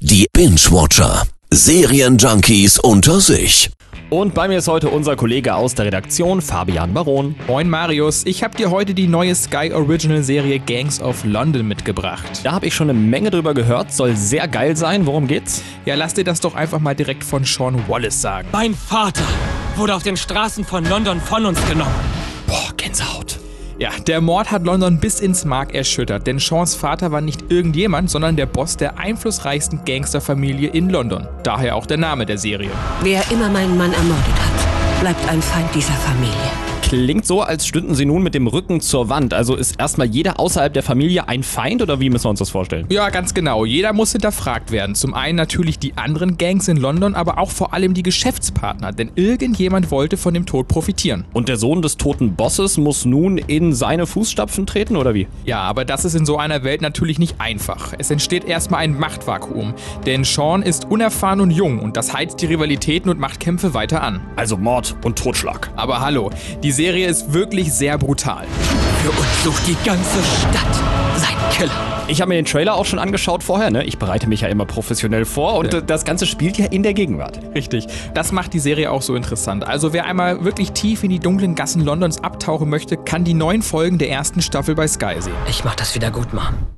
Die Binge-Watcher. Serienjunkies unter sich. Und bei mir ist heute unser Kollege aus der Redaktion, Fabian Baron. Moin Marius, ich habe dir heute die neue Sky Original Serie Gangs of London mitgebracht. Da habe ich schon eine Menge drüber gehört, soll sehr geil sein. Worum geht's? Ja, lass dir das doch einfach mal direkt von Sean Wallace sagen. Mein Vater wurde auf den Straßen von London von uns genommen. Boah, Gänsehaut. Ja, der Mord hat London bis ins Mark erschüttert, denn Seans Vater war nicht irgendjemand, sondern der Boss der einflussreichsten Gangsterfamilie in London. Daher auch der Name der Serie. Wer immer meinen Mann ermordet hat, bleibt ein Feind dieser Familie. Klingt so, als stünden sie nun mit dem Rücken zur Wand. Also ist erstmal jeder außerhalb der Familie ein Feind oder wie müssen wir uns das vorstellen? Ja, ganz genau. Jeder muss hinterfragt werden. Zum einen natürlich die anderen Gangs in London, aber auch vor allem die Geschäftspartner, denn irgendjemand wollte von dem Tod profitieren. Und der Sohn des toten Bosses muss nun in seine Fußstapfen treten oder wie? Ja, aber das ist in so einer Welt natürlich nicht einfach. Es entsteht erstmal ein Machtvakuum, denn Sean ist unerfahren und jung und das heizt die Rivalitäten und Machtkämpfe weiter an. Also Mord und Totschlag. Aber hallo, die Serie ist wirklich sehr brutal. Für uns sucht die ganze Stadt sein Killer. Ich habe mir den Trailer auch schon angeschaut vorher, ne? Ich bereite mich ja immer professionell vor und äh, das Ganze spielt ja in der Gegenwart. Richtig. Das macht die Serie auch so interessant. Also wer einmal wirklich tief in die dunklen Gassen Londons abtauchen möchte, kann die neuen Folgen der ersten Staffel bei Sky sehen. Ich mach das wieder gut, Mom.